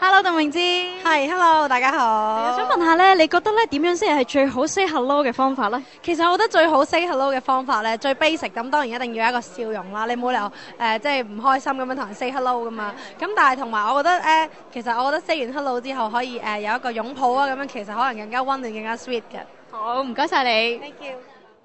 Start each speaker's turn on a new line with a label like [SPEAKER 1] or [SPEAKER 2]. [SPEAKER 1] Hello，鄧穎芝。
[SPEAKER 2] 係，hello，大家好。
[SPEAKER 1] 我想問下咧，你覺得咧點樣先係最好 say hello 嘅方法咧？
[SPEAKER 2] 其實我覺得最好 say hello 嘅方法咧，最 basic 咁當然一定要有一個笑容啦。你冇理由誒、呃即係唔開心咁樣同人 say hello 噶嘛。咁但係同埋我覺得誒、呃其實我覺得 say 完 hello 之後可以誒、呃有一個擁抱啊，咁樣其實可能更加温暖、更加 sweet 嘅。
[SPEAKER 1] 好，唔該晒你。
[SPEAKER 2] Thank you。